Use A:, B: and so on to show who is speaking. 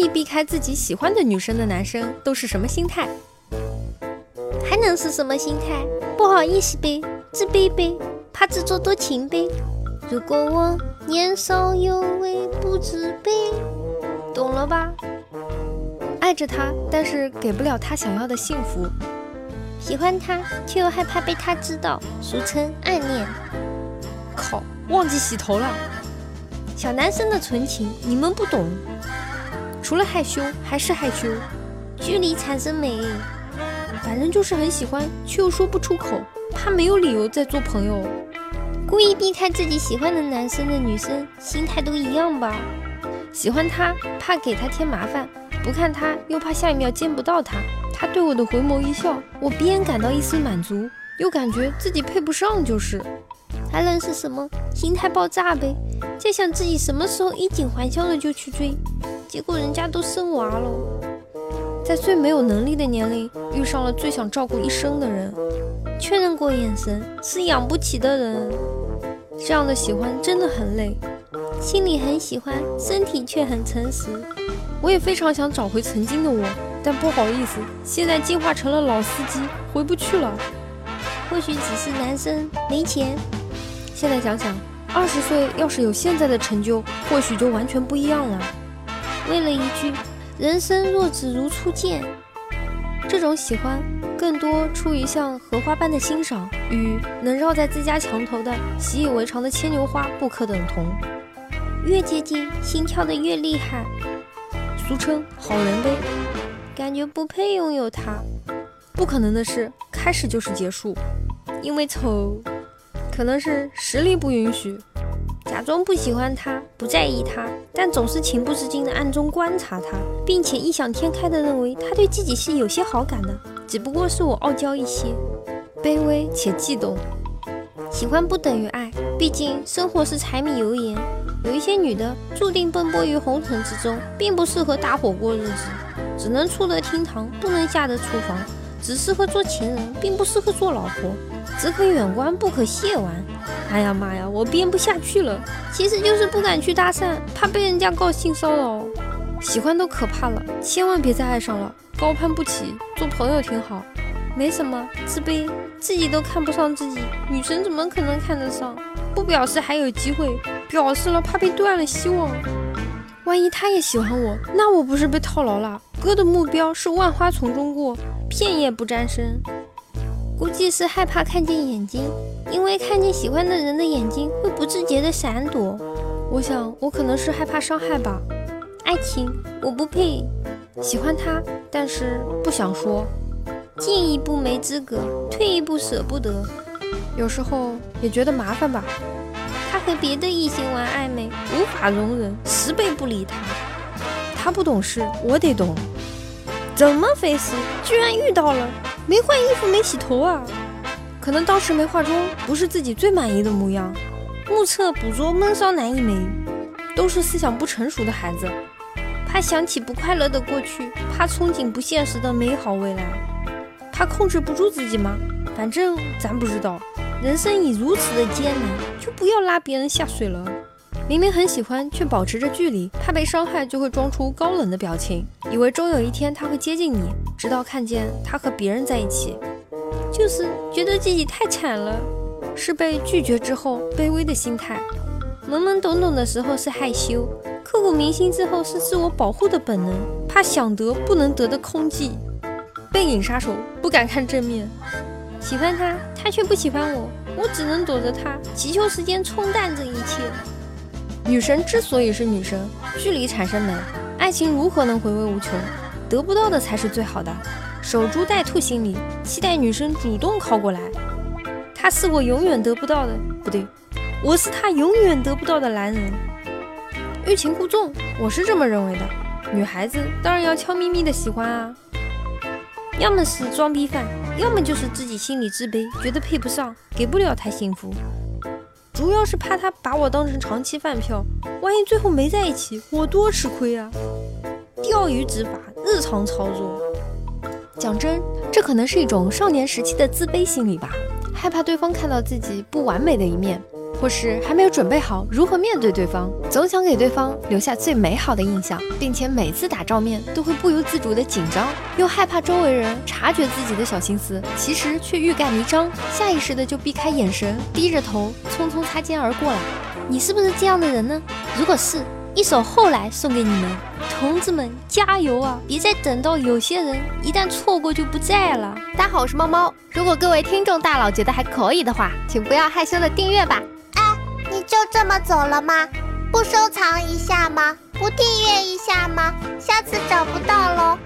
A: 意避开自己喜欢的女生的男生都是什么心态？
B: 还能是什么心态？不好意思呗，自卑呗，怕自作多情呗。如果我年少有为不自卑，懂了吧？
A: 爱着他，但是给不了他想要的幸福。
B: 喜欢他，却又害怕被他知道，俗称暗恋。
A: 靠，忘记洗头了。小男生的纯情，你们不懂。除了害羞，还是害羞。
B: 距离产生美，
A: 反正就是很喜欢，却又说不出口，怕没有理由再做朋友。
B: 故意避开自己喜欢的男生的女生，心态都一样吧？
A: 喜欢他，怕给他添麻烦；不看他，又怕下一秒见不到他。他对我的回眸一笑，我边感到一丝满足，又感觉自己配不上，就是
B: 还能是什么？心态爆炸呗！在想自己什么时候衣锦还乡了就去追，结果人家都生娃了。
A: 在最没有能力的年龄，遇上了最想照顾一生的人，
B: 确认过眼神是养不起的人，
A: 这样的喜欢真的很累，
B: 心里很喜欢，身体却很诚实。
A: 我也非常想找回曾经的我，但不好意思，现在进化成了老司机，回不去了。
B: 或许只是男生没钱。
A: 现在想想，二十岁要是有现在的成就，或许就完全不一样了。
B: 为了一句“人生若只如初见”，
A: 这种喜欢更多出于像荷花般的欣赏，与能绕在自家墙头的习以为常的牵牛花不可等同。
B: 越接近，心跳的越厉害。
A: 俗称好人呗，
B: 感觉不配拥有它。
A: 不可能的事，开始就是结束，因为丑，可能是实力不允许。
B: 假装不喜欢他，不在意他，但总是情不自禁的暗中观察他，并且异想天开的认为他对自己是有些好感的，只不过是我傲娇一些，
A: 卑微且悸动。
B: 喜欢不等于爱，毕竟生活是柴米油盐。有一些女的注定奔波于红尘之中，并不适合大火过日子，只能出得厅堂，不能下得厨房，只适合做情人，并不适合做老婆，只可远观不可亵玩。
A: 哎呀妈呀，我编不下去了，
B: 其实就是不敢去搭讪，怕被人家告性骚扰。
A: 喜欢都可怕了，千万别再爱上了，高攀不起，做朋友挺好，没什么自卑，
B: 自己都看不上自己，女生怎么可能看得上？不表示还有机会，
A: 表示了怕被断了希望。万一他也喜欢我，那我不是被套牢了？哥的目标是万花丛中过，片叶不沾身。
B: 估计是害怕看见眼睛，因为看见喜欢的人的眼睛会不自觉的闪躲。
A: 我想，我可能是害怕伤害吧。
B: 爱情，我不配。
A: 喜欢他，但是不想说。
B: 进一步没资格，退一步舍不得。
A: 有时候也觉得麻烦吧，
B: 他和别的异性玩暧昧，无法容忍，十倍不理他。
A: 他不懂事，我得懂。
B: 怎么回事？居然遇到了，没换衣服，没洗头啊？
A: 可能当时没化妆，不是自己最满意的模样。
B: 目测捕捉闷骚男一枚，
A: 都是思想不成熟的孩子，
B: 怕想起不快乐的过去，怕憧憬不现实的美好未来，
A: 怕控制不住自己吗？反正咱不知道。
B: 人生已如此的艰难，
A: 就不要拉别人下水了。明明很喜欢，却保持着距离，怕被伤害，就会装出高冷的表情，以为终有一天他会接近你，直到看见他和别人在一起，
B: 就是觉得自己太惨了。
A: 是被拒绝之后卑微的心态，
B: 懵懵懂懂的时候是害羞，刻骨铭心之后是自我保护的本能，
A: 怕想得不能得的空寂，背影杀手不敢看正面。
B: 喜欢他，他却不喜欢我，我只能躲着他，祈求时间冲淡这一切。
A: 女神之所以是女神，距离产生美，爱情如何能回味无穷？得不到的才是最好的。守株待兔心理，期待女生主动靠过来。他是我永远得不到的，不对，我是他永远得不到的男人。欲擒故纵，我是这么认为的。女孩子当然要悄咪咪的喜欢啊。
B: 要么是装逼犯，要么就是自己心里自卑，觉得配不上，给不了他幸福。
A: 主要是怕他把我当成长期饭票，万一最后没在一起，我多吃亏啊！钓鱼执法，日常操作。讲真，这可能是一种少年时期的自卑心理吧，害怕对方看到自己不完美的一面，或是还没有准备好如何面对对方，总想给对方留下最美好的印象，并且每次打照面都会不由自主的紧张，又害怕周围人察觉自己的小心思，其实却欲盖弥彰，下意识的就避开眼神，低着头匆匆擦肩而过了。
B: 你是不是这样的人呢？如果是，一首《后来》送给你们，同志们加油啊！别再等到有些人一旦错过就不在了。
C: 大家好，我是猫猫。如果各位听众大佬觉得还可以的话，请不要害羞的订阅吧。
D: 你就这么走了吗？不收藏一下吗？不订阅一下吗？下次找不到喽。